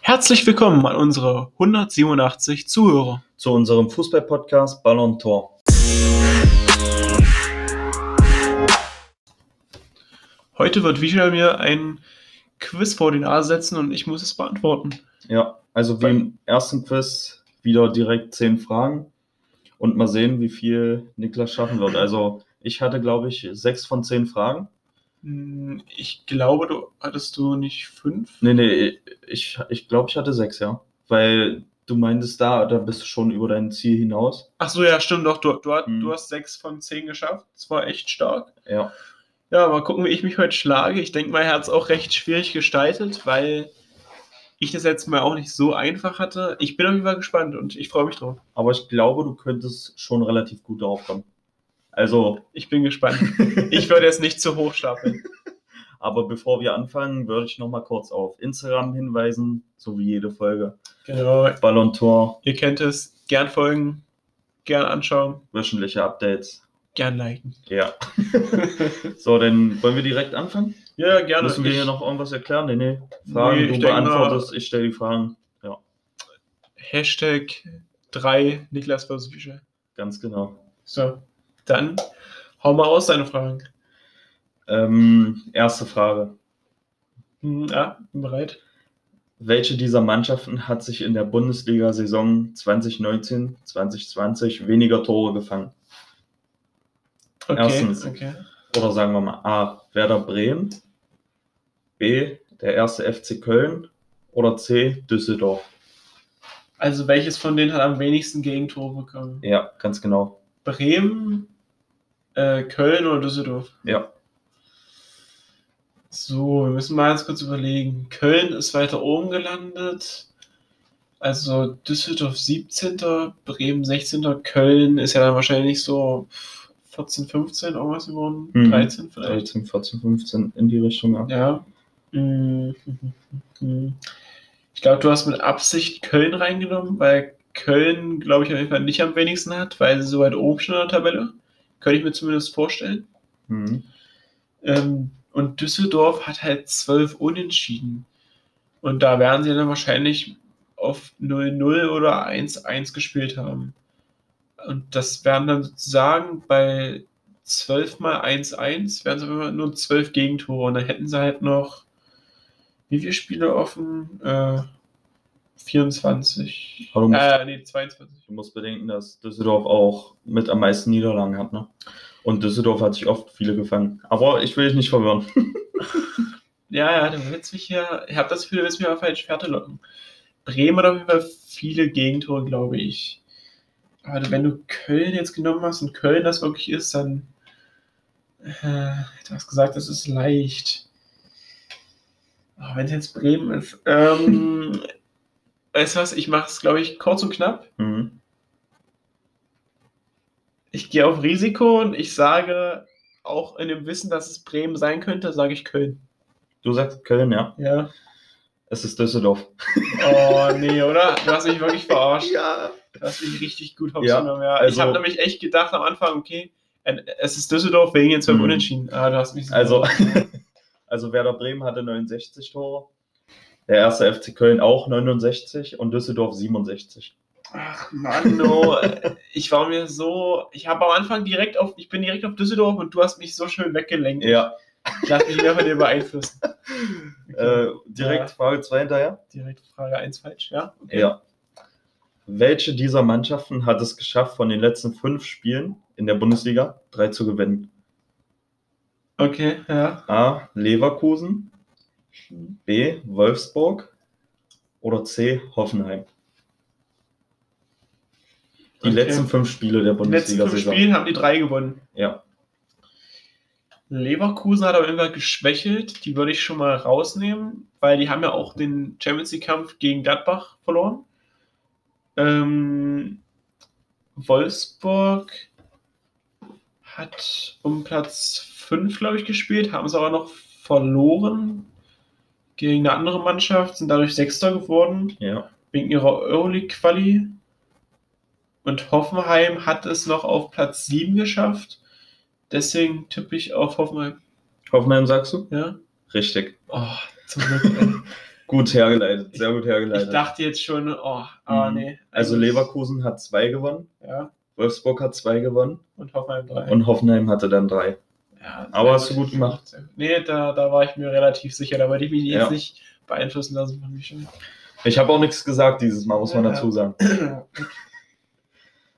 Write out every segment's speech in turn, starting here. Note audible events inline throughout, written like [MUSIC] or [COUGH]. Herzlich willkommen an unsere 187 Zuhörer. zu unserem Fußball-Podcast Ballon Tor. Heute wird Vishal mir ein Quiz vor die Nase setzen und ich muss es beantworten. Ja, also wie im ersten Quiz wieder direkt zehn Fragen und mal sehen, wie viel Niklas schaffen wird. Also ich hatte, glaube ich, sechs von zehn Fragen. Hm, Ich glaube, du hattest du nicht fünf? Nee, nee, ich, ich glaube, ich hatte sechs, ja. Weil du meintest da, da bist du schon über dein Ziel hinaus. Ach so, ja, stimmt doch. Du, du, hat- Hm. du hast sechs von zehn geschafft. Das war echt stark. Ja, Ja, mal gucken, wie ich mich heute schlage. Ich denke, mein Herz auch recht schwierig gestaltet, weil ich das letzte Mal auch nicht so einfach hatte. Ich bin auf jeden Fall gespannt und ich freue mich drauf. aber ich glaube, du könntest schon relativ gut darauf kommen. Also, Ich bin [LAUGHS] gespannt. ich würde jetzt nicht zu hoch stapeln. aber bevor wir anfangen, würde ich nochmal kurz auf Instagram hinweisen, so wie jede Folge. Genau. Ballon Tor, Ihr kennt es. Gern folgen, gern anschauen, wöchentliche Updates. gern liken. Ja. [LAUGHS] so, dann wollen wir direkt anfangen? Ja, gerne. Müssen wir Ich- hier noch irgendwas erklären? Nee, nee. Fragen, Nee, ich du denke beantwortest, ich stelle die Fragen. Hashtag 3 Niklas vs. Fischer. Ganz genau. So. Dann hau mal raus deine Fragen. Ähm, erste Frage. Hm, ja, bin bereit. Welche dieser Mannschaften hat sich in der Bundesliga-Saison 2019-2020 weniger Tore gefangen? Okay. Erstens. okay. Oder sagen wir mal A. Werder Bremen, B. Der erste FC Köln oder C. Düsseldorf? Also welches von denen hat am wenigsten Gegentore bekommen? Ja, ganz genau. Bremen, äh, Köln oder Düsseldorf? Ja. So, wir müssen mal ganz kurz überlegen. Köln ist weiter oben gelandet. Also Düsseldorf 17. Bremen 16. Köln ist ja dann wahrscheinlich so 14, 15 irgendwas geworden. Mhm. 13 vielleicht. 13, 14, 15 in die Richtung. Ja. Ja. Mm, Ich glaube, du hast mit Absicht Köln reingenommen, weil Köln, glaube ich, auf jeden Fall nicht am wenigsten hat, weil sie so weit oben schon in der Tabelle. Könnte ich mir zumindest vorstellen. Mhm. Ähm, und Düsseldorf hat halt zwölf Unentschieden. Und da werden sie dann wahrscheinlich auf 0-0 oder 1-1 gespielt haben. Und das wären dann sozusagen bei 12 mal 1-1 wären es auf jeden Fall nur 12 Gegentore. Und dann hätten sie halt noch wie viele Spiele offen? Äh, 24. Aber du musst- Äh, nee, 22. Du musst bedenken, dass Düsseldorf auch mit am meisten Niederlagen hat, ne? Und Düsseldorf hat sich oft viele gefangen. Aber ich will dich nicht verwirren. Ja, ja, du willst mich hier, ich habe das Gefühl, du willst mich auf falsche Fährte locken. Bremen hat auf jeden Fall viele Gegentore, glaube ich. Aber du- wenn du Köln jetzt genommen hast und Köln das wirklich ist, dann. Äh, du hast gesagt, das ist leicht. Oh, wenn es jetzt Bremen ist. Ähm, weißt du was? Ich mache es, glaube ich, kurz und knapp. Mhm. Ich gehe auf Risiko und ich sage, auch in dem Wissen, dass es Bremen sein könnte, sage ich Köln. Du sagst Köln, ja. Ja. Es ist Düsseldorf. Oh, nee, oder? Du hast mich wirklich verarscht. Ja. Das finde ich richtig gut, Hops Ja, genommen, ja. ich also- habe nämlich echt gedacht am Anfang, okay, äh, es ist Düsseldorf wegen den 12 Mhm. Unentschieden. Ah, du hast mich so- Also, [LAUGHS] also Werder Bremen hatte 69 Tore. Der erste FC Köln auch 69 und Düsseldorf 67. [LAUGHS] Ach Mann, no. ich war mir so. Ich habe am Anfang direkt auf. Ich bin direkt auf Düsseldorf und du hast mich so schön weggelenkt. Ja. Ich lasse mich nicht mehr von dir beeinflussen. Okay. Äh, direkt Ja. Frage 2 hinterher. Direkt Frage 1 falsch, ja? Okay. Ja. Welche dieser Mannschaften hat es geschafft, von den letzten fünf Spielen in der Bundesliga drei zu gewinnen? Okay, ja. A. Leverkusen, B. Wolfsburg oder C. Hoffenheim. Die Okay. letzten fünf Spiele der Die letzten fünf Bundesliga-Saison. Spiele haben die drei gewonnen. Ja. Leverkusen hat auf jeden Fall geschwächelt. Die würde ich schon mal rausnehmen, weil die haben ja auch den Champions League-Kampf gegen Gladbach verloren. Ähm, Wolfsburg hat um Platz 5, glaube ich, gespielt, haben es aber noch verloren gegen eine andere Mannschaft, sind dadurch Sechster geworden ja. wegen ihrer Euroleague-Quali. Und Hoffenheim hat es noch auf Platz 7 geschafft. Deswegen tippe ich auf Hoffenheim. Hoffenheim sagst du? Ja? Richtig. [LAUGHS] Oh, zum Glück. ey. Gut hergeleitet, sehr gut Ich hergeleitet. dachte jetzt schon, oh, aber Mhm. nee. also Eigentlich- Leverkusen hat zwei gewonnen, Ja, Wolfsburg hat zwei gewonnen und Hoffenheim 3. und Hoffenheim hatte dann drei. ja, aber sehr hast du gut gemacht. Sehr gut. Nee, da, da war ich mir relativ sicher. Da wollte ich mich jetzt Ja. nicht beeinflussen lassen von Michel. Ich habe auch nichts gesagt dieses Mal, muss man Ja. [CLEARS THROAT] dazu sagen.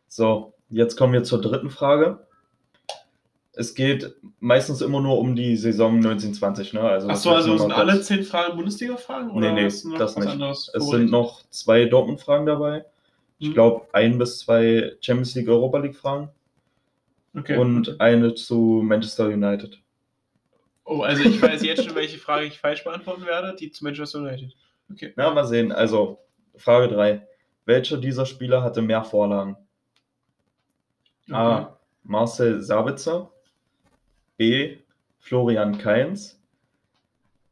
So, jetzt kommen wir zur dritten Frage. Es geht meistens immer nur um die Saison 1920, ne? Also das Achso, also müssen wir sind mal alle kurz- zehn Fragen Bundesliga-Fragen? Nee, oder nee, ist noch das was nicht. Anderes Es vorgelegt? sind noch zwei Dortmund-Fragen dabei. Ich Hm. glaube, ein bis zwei Champions League Europa League-Fragen okay. Mhm. und eine zu Manchester United. Oh, also ich weiß jetzt schon, welche Frage ich falsch beantworten werde, die zu Manchester United. Okay. Na, mal sehen. Also, Frage 3. Welcher dieser Spieler hatte mehr Vorlagen? okay. A. Marcel Sabitzer. B. Florian Kainz.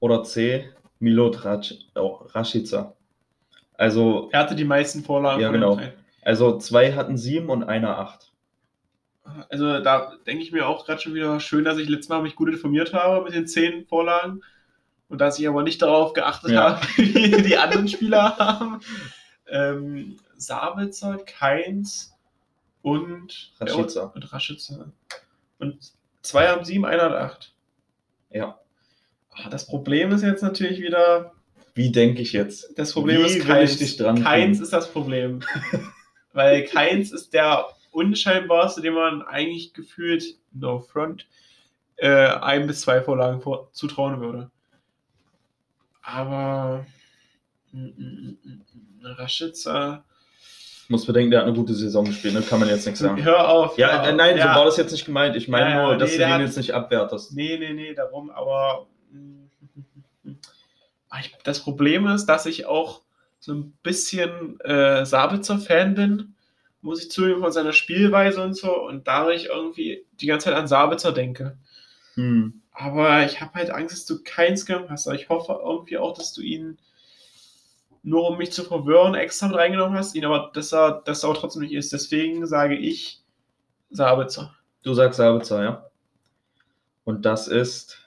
Oder C. Milot Rac- oh, Rashica. Also, Er hatte die meisten Vorlagen. Ja, von den genau. drei. also zwei hatten sieben und einer acht. Also da denke ich mir auch gerade schon wieder schön, dass ich letztes Mal mich gut informiert habe mit den zehn Vorlagen und dass ich aber nicht darauf geachtet Ja. habe, [LAUGHS] wie die anderen Spieler haben. Ähm, Sabitzer, Keins und Rashica. Und Raschitzer. Und zwei haben sieben, einer hat acht. Ja. Ah, Das Problem ist jetzt natürlich wieder, Wie denke ich jetzt? das Problem Wie will ist ich keins. dich dran keins kriegen? ist das [LAUGHS] Problem. Weil keins ist der unscheinbarste, den man eigentlich gefühlt, no front, äh, ein bis zwei Vorlagen vor zutrauen würde. Aber mm, Raschitzer. Muss bedenken, der hat eine gute Saison gespielt, ne? kann man jetzt nichts sagen. Hör auf. Ja, hör äh, auf. nein, ja. so war das jetzt nicht gemeint. Ich meine Ja, ja, nur, dass nee, du der den hat- jetzt nicht abwertest. Nee, nee, nee, darum, aber mm, [LAUGHS] ah, ich, das Problem ist, dass ich auch so ein bisschen äh, Sabitzer-Fan bin, muss ich zugeben, von seiner Spielweise und so, und dadurch irgendwie die ganze Zeit an Sabitzer denke. Hm. Aber ich habe halt Angst, dass du keinen Scam hast, aber ich hoffe irgendwie auch, dass du ihn nur um mich zu verwirren extra mit reingenommen hast, ihn aber, dass er, dass er aber trotzdem nicht ist. Deswegen sage ich Sabitzer. Du sagst Sabitzer, ja. Und das ist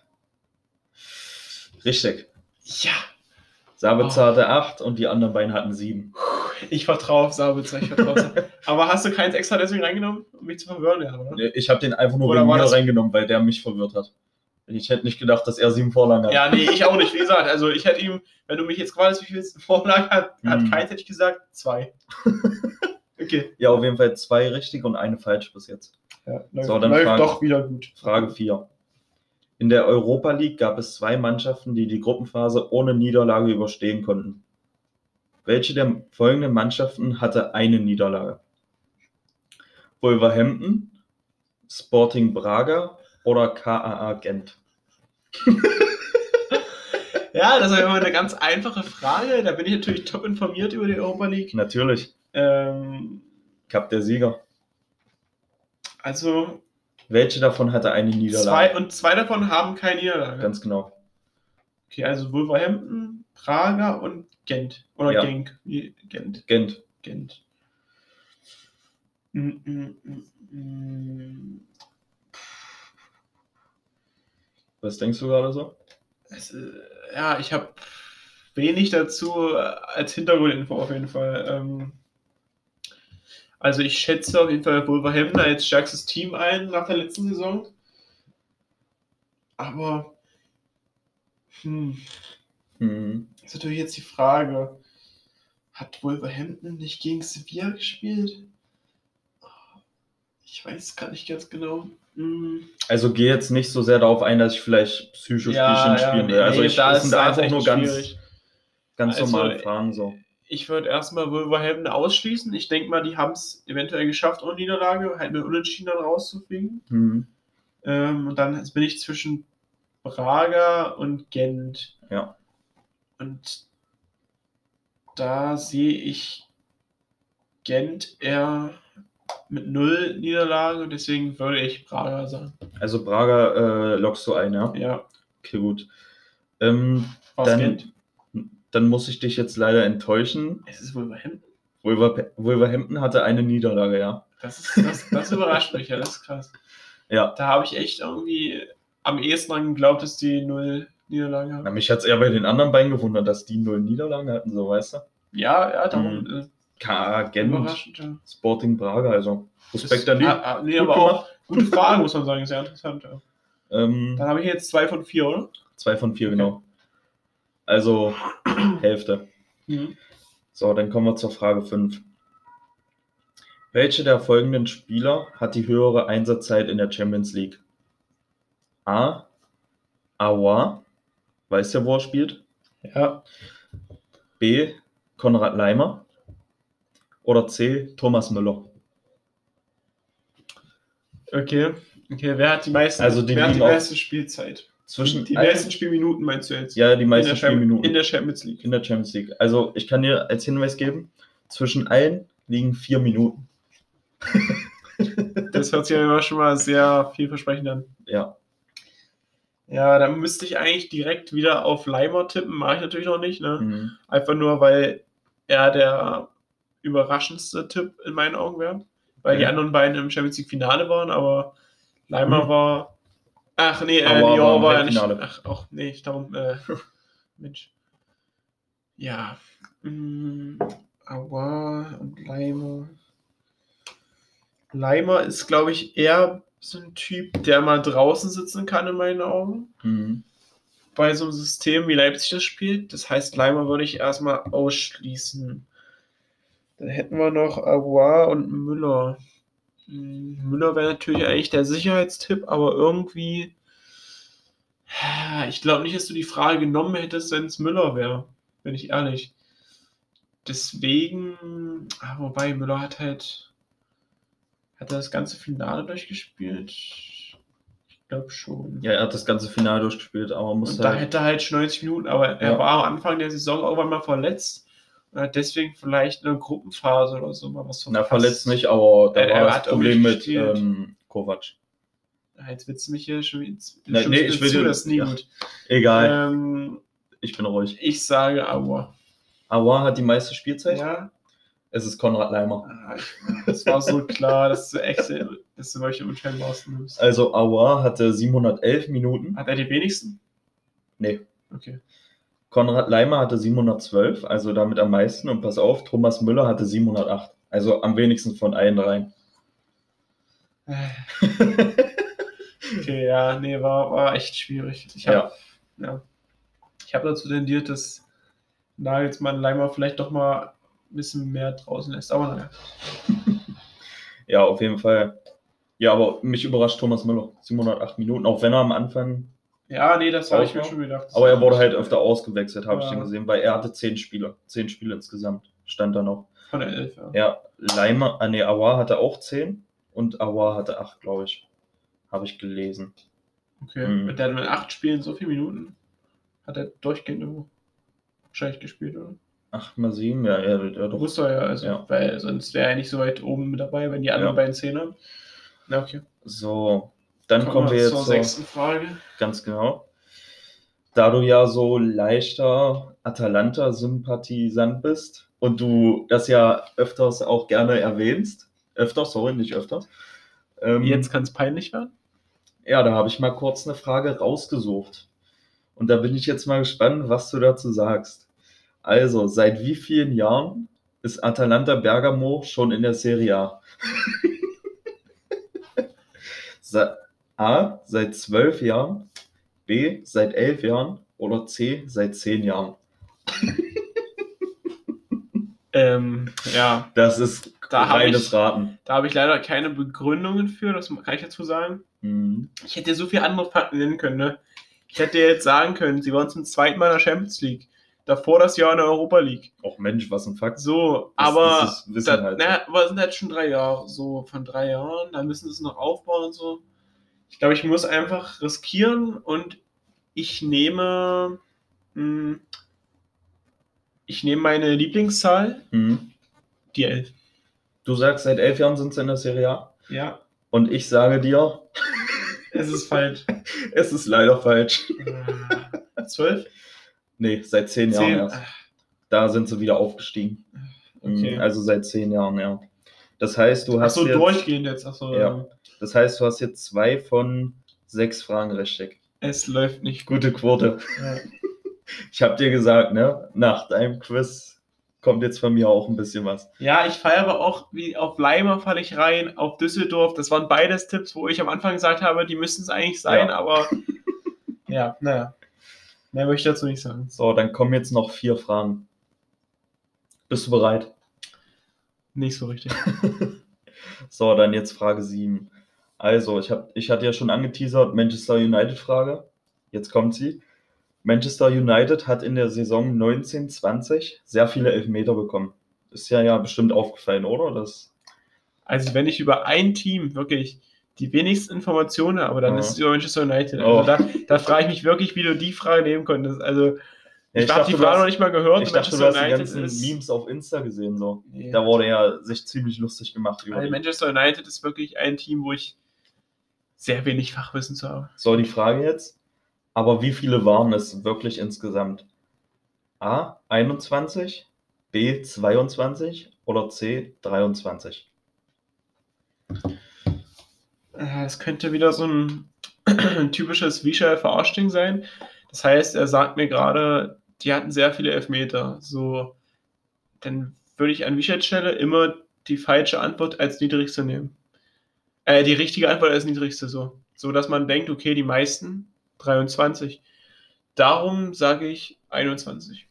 richtig. Ja, Sabitzer Oh. hatte 8 und die anderen beiden hatten 7. Ich vertraue auf Sabitzer, ich vertraue auf [LAUGHS] Sabitzer. Aber hast du keins extra deswegen reingenommen, um mich zu verwirren, ja, oder? Ne, Ich habe den einfach nur Oder wegen war mir das- reingenommen, weil der mich verwirrt hat. Ich hätte nicht gedacht, dass er sieben Vorlagen hat. Ja, nee, ich auch nicht. Wie gesagt, also ich hätte ihm, wenn du mich jetzt gefragt hast, wie viel Vorlagen hat, hat Hm. keins, hätte ich gesagt, [LAUGHS] zwei. Okay. ja, auf jeden Fall zwei richtig und eine falsch bis jetzt. Ja, läuft, So, dann läuft Frage- doch wieder gut. Frage 4. In der Europa League gab es zwei Mannschaften, die die Gruppenphase ohne Niederlage überstehen konnten. Welche der folgenden Mannschaften hatte eine Niederlage? Wolverhampton, Sporting Braga oder KAA Gent? Ja, das ist immer eine ganz einfache Frage. Da bin ich natürlich top informiert über die Europa League. Natürlich, Ähm, Cup der Sieger. also Welche davon hatte eine zwei Niederlage? und zwei davon haben keine Niederlage. Ganz genau. okay, also Wolverhampton, Prager und Gent. Oder Ja. Genk. Nee, Gent. Gent. Gent. Mm, mm, mm, mm. Was denkst du gerade so? Es, äh, ja, ich habe wenig dazu äh, als Hintergrundinfo auf jeden Fall. Ähm, also ich schätze auf jeden Fall Wolverhampton als stärkstes Team ein nach der letzten Saison. Aber hm, Hm. ist natürlich jetzt die Frage, hat Wolverhampton nicht gegen Sevilla gespielt? Ich weiß es gar nicht ganz genau. Hm. Also gehe jetzt nicht so sehr darauf ein, dass ich vielleicht psychisch ja, spielen will. Also nee, ich da das ist- sind da ist einfach echt nur ganz, schwierig. ganz Also, normale Fragen so. Ich würde erstmal Wolverhampton ausschließen. Ich denke mal, die haben es eventuell geschafft ohne Niederlage, halt mit Unentschieden dann rauszufliegen. Hm. Ähm, und dann bin ich zwischen Braga und Gent. Ja. Und da sehe ich Gent eher mit null Niederlage, deswegen würde ich Braga sagen. Also Braga äh, lockst du ein, ja? Ja, Okay, gut. Ähm, was Gent? dann, dann muss ich dich jetzt leider enttäuschen. Es ist Wolverhampton. Wolver Wolverhampton hatte eine Niederlage, ja. Das, ist, das, das überrascht mich, ja, das ist krass. [LAUGHS] Ja, Da habe ich echt irgendwie am ehesten dran geglaubt, dass die null Niederlagen Na, haben. mich hat es eher bei den anderen beiden gewundert, dass die null Niederlagen hatten, so weißt du. Ja, ja, darum Mhm. äh, Ka- Gent, überraschend. Ja. Sporting Braga, also Respekt an die. Ah, ah, nee, Gut aber auch gemacht. gute Frage, muss man sagen, sehr interessant. Ja. Ähm, Dann habe ich jetzt zwei von vier, oder? zwei von vier, genau. Also Hälfte. Mhm. So, dann kommen wir zur Frage 5. Welche der folgenden Spieler hat die höhere Einsatzzeit in der Champions League? A. Awa. Weißt du, wo er spielt? Ja. B. Konrad Leimer. Oder C. Thomas Müller. Okay. Okay, wer hat die meisten, Also die wer hat die liegen auf- meiste Spielzeit? Zwischen Die meisten Spielminuten meinst du jetzt? ja, die in, der meisten Champions- Spielminuten. in der Champions League. in der Champions League. Also ich kann dir als Hinweis geben, zwischen allen liegen vier Minuten. Das hört sich ja immer schon mal sehr vielversprechend an. Ja. Ja, dann müsste ich eigentlich direkt wieder auf Leimer tippen. Mache ich natürlich noch nicht, ne? Mhm. Einfach nur, weil er der überraschendste Tipp in meinen Augen wäre. Weil die Ja. anderen beiden im Champions League Finale waren, aber Leimer Mhm. war. Ach nee, äh, Aber Lyon war im war ja nicht. Halbfinale. Ach, auch nee, ich darum. Äh, [LAUGHS] Mensch. Ja. Mm, Aua und Leimer. Leimer ist, glaube ich, eher so ein Typ, der mal draußen sitzen kann, in meinen Augen Mhm. bei so einem System, wie Leipzig das spielt. Das heißt, Leimer würde ich erstmal ausschließen. Dann hätten wir noch Aguar und Müller. Hm, Müller wäre natürlich eigentlich der Sicherheitstipp, aber irgendwie. äh, Ich glaube nicht, dass du die Frage genommen hättest, wenn es Müller wäre. Bin ich ehrlich. Deswegen. ah, Wobei, Müller hat halt. Hat er das ganze Finale durchgespielt? Ich glaube schon. Ja, er hat das ganze Finale durchgespielt, aber muss Und da halt. hätte er halt schon 90 Minuten, aber er Ja. war am Anfang der Saison irgendwann mal verletzt und hat deswegen vielleicht in der Gruppenphase oder so mal was Na, verletzt nicht, aber da Er- er war das hat Problem irgendwie mit gespielt. ähm, Kovac. Ah, Jetzt willst du mich hier schon wieder. Na, schon nee, wieder ich will zu, dir- das ist nie ja. gut. Egal, Ähm, ich bin ruhig. ich sage Aua. Awa hat die meiste Spielzeit. Ja. Es ist Konrad Leimer. Ah, ich- Das war so klar, dass du echt, dass du solche Unscheinbar ausnimmst. Also Awa hatte 711 Minuten. Hat er die wenigsten? Nee. Okay. Konrad Leimer hatte 712, also damit am meisten. Und pass auf, Thomas Müller hatte 708. Also am wenigsten von allen dreien. Äh, [LAUGHS] Okay, ja, nee, war, war echt schwierig. Ich habe Ja. Ja. Ich habe dazu tendiert, dass Nagelsmann Leimer vielleicht doch mal ein bisschen mehr draußen lässt. Aber naja. Ja, auf jeden Fall. Ja, aber mich überrascht Thomas Müller. 708 Minuten, auch wenn er am Anfang. Ja, nee, das habe ich mir Auch noch? schon gedacht. Aber er wurde halt öfter ausgewechselt, habe ich Ja. den gesehen, weil er hatte 10 Spiele. 10 Spiele insgesamt stand da noch. Von der Elf, ja. Ja, Leimer, ah nee, Awa hatte auch 10 und Awa hatte 8, glaube ich. Habe ich gelesen. Okay. Mhm. Und der hat mit acht Spielen so viele Minuten. Hat er durchgehend immer wahrscheinlich gespielt, oder? 8 mal 7, ja, ja, ja doch. Muss er ja, also, Ja. weil sonst wäre er nicht so weit oben mit dabei, wenn die anderen Ja. beiden Zehn haben. Na, okay. So, dann kommen wir jetzt zur zur, sechsten Frage. ganz genau. Da du ja so leichter Atalanta-Sympathisant bist und du das ja öfters auch gerne erwähnst, öfters, sorry, nicht öfters. Ähm, Jetzt kann es peinlich werden. Ja, da habe ich mal kurz eine Frage rausgesucht. Und da bin ich jetzt mal gespannt, was du dazu sagst. Also, seit wie vielen Jahren ist Atalanta Bergamo schon in der Serie A? [LAUGHS] Se- A, seit zwölf Jahren, B, seit elf Jahren oder C, seit zehn Jahren. Ähm, ja, Das ist Da hab reines ich- Raten. Da habe ich leider keine Begründungen für, das kann ich dazu sagen. Mhm. Ich hätte so viele andere Fakten nennen können, ne? Ich hätte jetzt sagen können, sie waren zum zweiten Mal in der Champions League. Davor das Jahr in der Europa League. Och Mensch, was ein Fakt. So, Das- aber. das ist Wissen da, halt. na, aber es sind halt schon drei Jahre, so von drei Jahren. Da müssen sie es noch aufbauen und so. Ich glaube, ich muss einfach riskieren und ich nehme. Mh, ich nehme meine Lieblingszahl, Mhm. die 11. Du sagst, seit elf Jahren sind sie in der Serie A. Ja, Und ich sage dir, es ist [LAUGHS] falsch. Es ist leider falsch. Äh, 12? Nee, seit zehn Jahren Zehn. erst. Da sind sie wieder aufgestiegen. Okay. Mm, Also seit zehn Jahren, ja. Das heißt, du Ach hast so, jetzt, durchgehend jetzt. Ach so, ähm, Ja. das heißt, du hast jetzt zwei von sechs Fragen richtig. Es läuft nicht gut. Gute Quote. Ja. Ich habe dir gesagt, ne? Nach deinem Quiz kommt jetzt von mir auch ein bisschen was. Ja, ich falle aber auch, wie auf Leimer falle ich rein, auf Düsseldorf. Das waren beides Tipps, wo ich am Anfang gesagt habe, die müssten es eigentlich sein, Ja. aber [LAUGHS] ja, naja. Mehr möchte ich dazu nicht sagen. So, dann kommen jetzt noch vier Fragen. Bist du bereit? Nicht so richtig. So, dann jetzt Frage 7. Also, ich, hab, ich hatte ja schon angeteasert, Manchester United-Frage. Jetzt kommt sie. Manchester United hat in der Saison 1920 sehr viele Elfmeter bekommen. Ist ja, ja bestimmt aufgefallen, oder? Das, Also wenn ich über ein Team wirklich die wenigsten Informationen habe, dann Ja. ist es über Manchester United. Also Oh. da, da frage ich mich wirklich, wie du die Frage nehmen konntest. Also ich, habe die du Frage noch hast- nicht mal gehört. ich und dachte, du hast die ganzen ist- Memes auf Insta gesehen. So. Nee. Da wurde ja sich ziemlich lustig gemacht. Über Also die. Manchester United ist wirklich ein Team, wo ich sehr wenig Fachwissen zu habe. So, die Frage jetzt. Aber wie viele waren es wirklich insgesamt? A, 21, B, 22 oder C, 23? Äh, Es könnte wieder so ein, [CLEARS THROAT] ein typisches Vishal Verarschding sein. Das heißt, er sagt mir gerade, die hatten sehr viele Elfmeter. So, dann würde ich an Vishals Stelle immer die falsche Antwort als niedrigste nehmen. Äh, die richtige Antwort als niedrigste, so. So, dass man denkt, okay, die meisten, 23. Darum sage ich 21.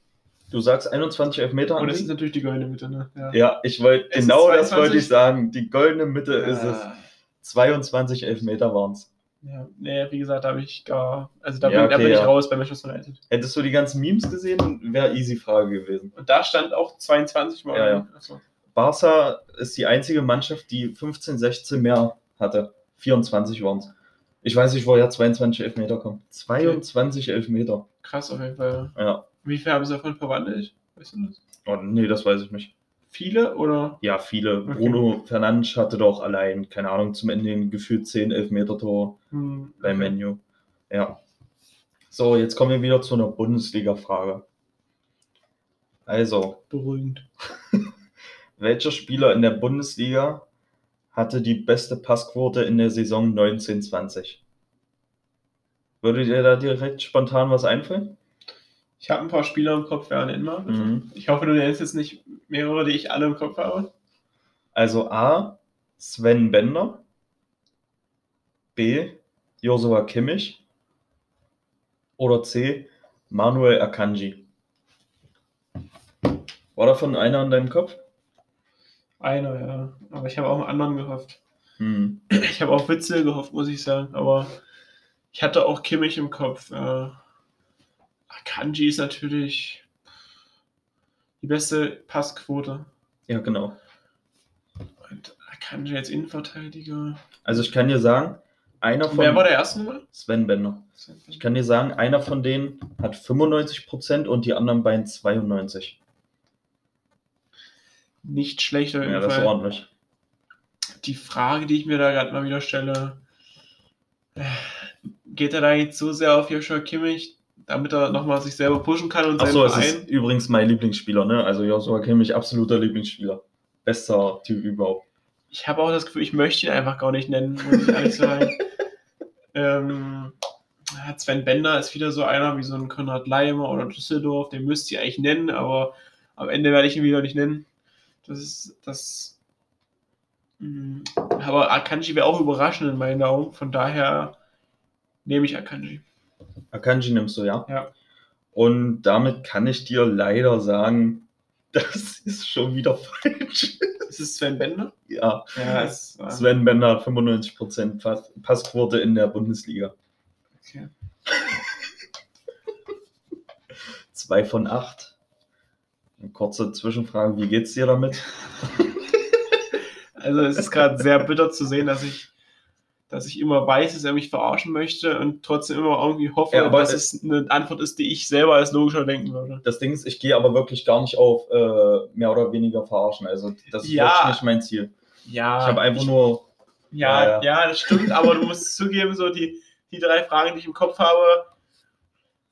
Du sagst 21 Elfmeter Und an es ist sich? natürlich die goldene Mitte, ne? Ja, Ja, ich wollte, Es ist genau das 22. wollte ich sagen. Die goldene Mitte ist es. Ah. 22 Elfmeter waren es. Ja, nee, wie gesagt, da habe ich gar. Also da, Ja, bin, da okay, bin ja. ich raus bei Manchester United. Hättest du die ganzen Memes gesehen, wäre easy Frage gewesen. Und da stand auch 22 Mal. Also, Ja, ja. Achso. Barca ist die einzige Mannschaft, die 15, 16 mehr hatte. 24 waren es. Ich weiß nicht, woher 22 Elfmeter kommen. 22 Elfmeter. Krass auf jeden Fall. Ja. Wie viel haben sie davon verwandelt? Weißt du das? Oh, nee, das weiß ich nicht. Viele oder? Ja, viele. Okay. Bruno Fernandes hatte doch allein, keine Ahnung, zum Ende hin gefühlt 10 Elfmeter-Tore Hm, beim Menu. Ja. So, jetzt kommen wir wieder zu einer Bundesliga-Frage. Also, Beruhigend. welcher Spieler in der Bundesliga hatte die beste Passquote in der Saison 1920? Würde dir da direkt spontan was einfallen? Ich habe ein paar Spieler im Kopf, wer an immer. Mhm. Ich hoffe, du nennst jetzt nicht mehrere, die ich alle im Kopf habe. Also A. Sven Bender. B. Josua Kimmich. Oder C. Manuel Akanji. War davon einer in deinem Kopf? Einer, ja. Aber ich habe auch einen anderen gehofft. Hm. Ich habe auch Witzel gehofft, muss ich sagen. Aber ich hatte auch Kimmich im Kopf. Äh, Akanji ist natürlich die beste Passquote. Ja, genau. Und Akanji als Innenverteidiger. Also ich kann dir sagen, einer Und wer war von der erste nochmal? Sven Bender. Ich kann dir sagen, einer von denen hat 95% und die anderen beiden 92%. Nicht schlecht auf jeden Ja, das ist Fall. ordentlich. Die Frage, die ich mir da gerade mal wieder stelle, äh, geht er da jetzt so sehr auf Joshua Kimmich, damit er nochmal sich selber pushen kann und seinen Achso, es ist Verein? übrigens mein Lieblingsspieler, ne? Also Joshua Kimmich, absoluter Lieblingsspieler. Bester Typ überhaupt. Ich habe auch das Gefühl, ich möchte ihn einfach gar nicht nennen, muss ich ehrlich sagen. ähm, ja, Sven Bender ist wieder so einer wie so ein Konrad Leimer oder Düsseldorf, den müsst ihr eigentlich nennen, aber am Ende werde ich ihn wieder nicht nennen. Das ist das. Mm, Aber Akanji wäre auch überraschend in meinen Augen, von daher nehme ich Akanji. Akanji nimmst du, ja? Ja. Und damit kann ich dir leider sagen, [LAUGHS] das ist schon wieder falsch. [LAUGHS] Ist es Sven Bender? ja, Ja, es war. Sven Bender hat 95% Pass Passquote in der Bundesliga. Okay. [LAUGHS] Zwei von acht. Eine kurze Zwischenfrage, wie geht's dir damit? Also es ist gerade sehr bitter zu sehen, dass ich, dass ich immer weiß, dass er mich verarschen möchte und trotzdem immer irgendwie hoffe, Ja, aber dass es- es eine Antwort ist, die ich selber als logischer denken würde. Das Ding ist, ich gehe aber wirklich gar nicht auf äh, mehr oder weniger verarschen. Also das ist Ja. Ah, wirklich nicht mein Ziel. Ja, Ich habe einfach nur ja, ja, ja. ja, das stimmt, aber du musst [LAUGHS] zugeben, so die, die drei Fragen, die ich im Kopf habe,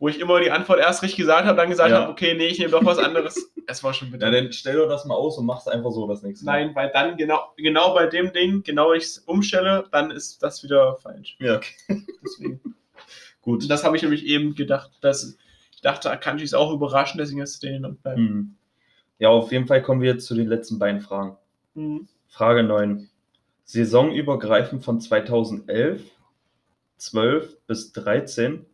wo ich immer die Antwort erst richtig gesagt habe, dann gesagt Ja. habe, okay, nee, ich nehme doch was [LAUGHS] anderes. es war schon bitter. Ja, dann stell doch das mal aus und mach's einfach so das nächste Mal. Nein, weil dann genau, genau bei dem Ding, genau ich es umstelle, dann ist das wieder falsch. Ja, okay. Deswegen. Gut. Das habe ich nämlich eben gedacht, dass ich dachte, Akanji ist auch überraschend, deswegen hast du den genommen. Hm. Ja, auf jeden Fall kommen wir jetzt zu den letzten beiden Fragen. Mhm. Frage 9. Saisonübergreifend von 2011, 12 bis 13,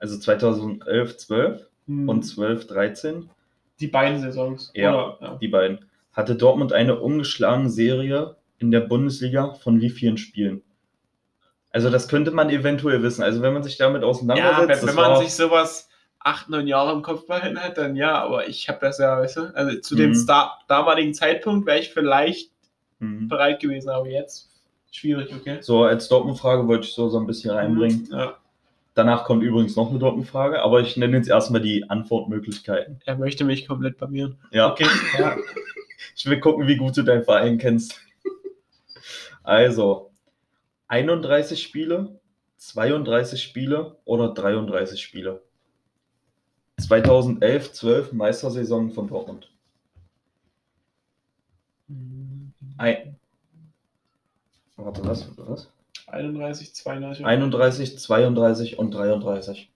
also 2011, 12 Mhm. und 12, 13, die beiden Saisons. Ja. Oder, die beiden, hatte Dortmund eine ungeschlagene Serie in der Bundesliga von wie vielen Spielen? Also das könnte man eventuell wissen. Also wenn man sich damit ja. ja auseinandersetzt, wenn, wenn das man war- sich sowas acht, neun Jahre im Kopf behalten hat, dann ja, aber ich habe das ja, weißt du, also zu dem Mhm. Star damaligen Zeitpunkt wäre ich vielleicht Hm. bereit gewesen, aber jetzt schwierig, okay? so als Dortmund-Frage wollte ich so, so ein bisschen Mhm. reinbringen. Ja. Danach kommt übrigens noch eine Dortmund-Frage, aber ich nenne jetzt erstmal die Antwortmöglichkeiten. Er möchte mich komplett blamieren. Ja, Okay, ja. ich will gucken, wie gut du deinen Verein kennst. Also, 31 Spiele, 32 Spiele oder 33 Spiele? 2011, 12 Meistersaison von Dortmund. Hm. Ein, warte, was? was? 31, 32. 31, 32 und 33.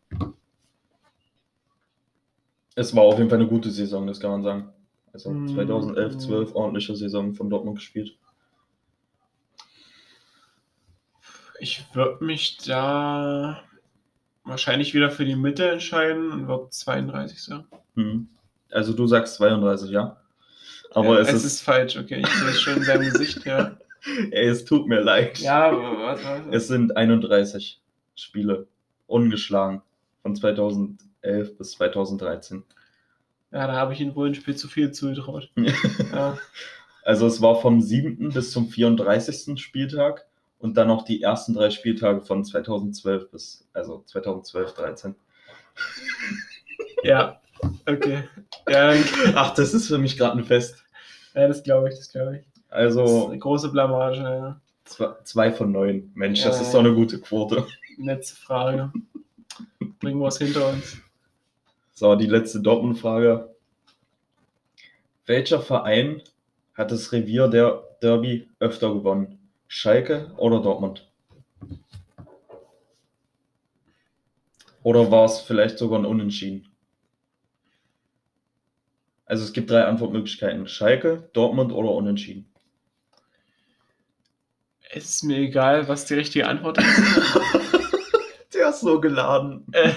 Es war auf jeden Fall eine gute Saison, das kann man sagen. Also Mhm. 2011, 12 ordentliche Saison von Dortmund gespielt. Ich würde mich da wahrscheinlich wieder für die Mitte entscheiden und würde 32 sagen. Hm. Also du sagst 32, ja? Aber ja, es, ist, falsch, okay. Ich sehe es schon in seinem Gesicht, [LAUGHS] ja. ey, es tut mir leid. Ja, aber was, was, was? Es sind 31 Spiele ungeschlagen von 2011 bis [LAUGHS] 2013. Ja, da habe ich ihm wohl ein Spiel zu viel zugetraut. ja. Also es war vom 7. bis zum 34. Spieltag und dann noch die ersten drei Spieltage von 2012 bis also 2012 13. ja, okay. Ja, dann- Ach, das ist für mich gerade ein Fest. ja das glaube ich, das glaube ich. Das ist Also eine große Blamage, ja. zwe- zwei von neun. Mensch, das Ja. ist doch eine gute Quote. Letzte Frage. Bringen wir es hinter uns. So, die letzte Dortmund-Frage. Welcher Verein hat das Revier der Derby öfter gewonnen? Schalke oder Dortmund? Oder war es vielleicht sogar ein Unentschieden? Also es gibt drei Antwortmöglichkeiten. Schalke, Dortmund oder Unentschieden. Es ist mir egal, was die richtige Antwort ist. Der ist so geladen. Äh,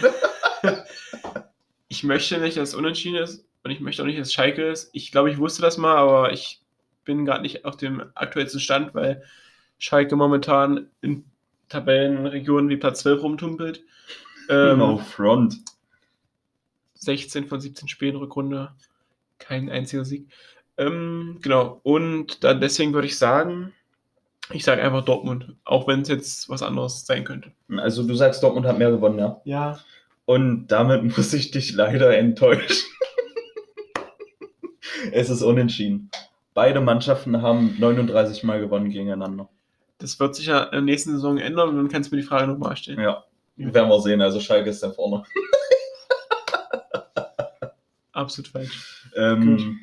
ich möchte nicht, dass es unentschieden ist und ich möchte auch nicht, dass es Schalke ist. Ich glaube, ich wusste das mal, aber ich bin gerade nicht auf dem aktuellsten Stand, weil Schalke momentan in Tabellenregionen wie Platz 12 rumtumpelt. Ähm, no front. 16 von 17 Spielen Rückrunde, kein einziger Sieg. Ähm, genau, und dann deswegen würde ich sagen, ich sage einfach Dortmund, auch wenn es jetzt was anderes sein könnte. Also du sagst, Dortmund hat mehr gewonnen, ja? Ja. Und damit [LAUGHS] muss ich dich leider [LAUGHS] enttäuschen. es ist unentschieden. Beide Mannschaften haben 39 Mal gewonnen gegeneinander. Das wird sich ja in der nächsten Saison ändern und dann kannst du mir die Frage nochmal stellen. Ja, werden wir sehen. Also Schalke ist da vorne. Absolut falsch. Ähm,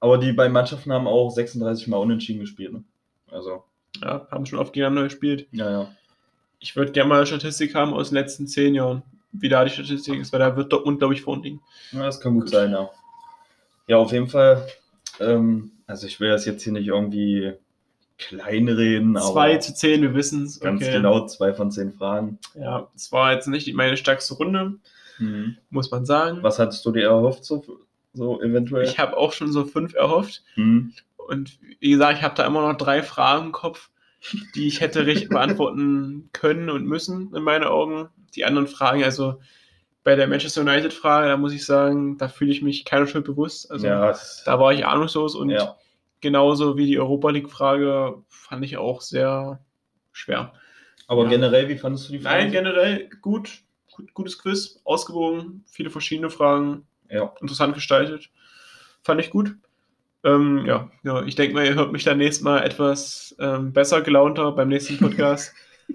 aber die beiden Mannschaften haben auch 36 Mal unentschieden gespielt. Ne? Also, Ja, haben schon oft gegeneinander gespielt. ja, ja. Ich würde gerne mal eine Statistik haben aus den letzten zehn Jahren, wie da die Statistik ist, weil da wird Dortmund, glaube ich, vorn liegen. ja das kann gut sein, ja. Ja, auf jeden Fall. Ähm, also ich will das jetzt hier nicht irgendwie kleinreden, aber 2 zu 10, wir wissen es. Genau. ganz genau zwei von zehn Fragen. Ja, es war jetzt nicht meine stärkste Runde, Mhm. muss man sagen. Was hattest du dir erhofft, so, so eventuell? Ich habe auch schon so fünf erhofft. Hm. Und wie gesagt, ich habe da immer noch drei Fragen im Kopf, die ich hätte [LAUGHS] richtig beantworten können und müssen, in meinen Augen. Die anderen Fragen, also bei der Manchester United-Frage, da muss ich sagen, da fühle ich mich keiner Schuld bewusst. Also ja, es- da war ich ahnungslos und ja, genauso wie die Europa League-Frage fand ich auch sehr schwer. aber ja. generell, wie fandest du die Frage? Nein, generell gut, gut gutes Quiz, ausgewogen, viele verschiedene Fragen. Ja, interessant gestaltet. Fand ich gut. Ähm, ja, ja, ich denke mal, ihr hört mich dann nächstes Mal etwas ähm, besser gelaunter beim nächsten Podcast, [LAUGHS]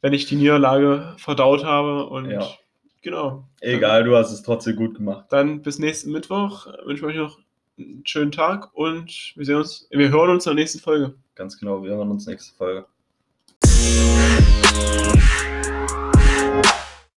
wenn ich die Niederlage verdaut habe. Und Ja. genau, egal, du hast es trotzdem gut gemacht. dann bis nächsten Mittwoch. Wünsche euch noch einen schönen Tag und wir sehen uns, wir hören uns in der nächsten Folge. Ganz genau, wir hören uns nächste Folge.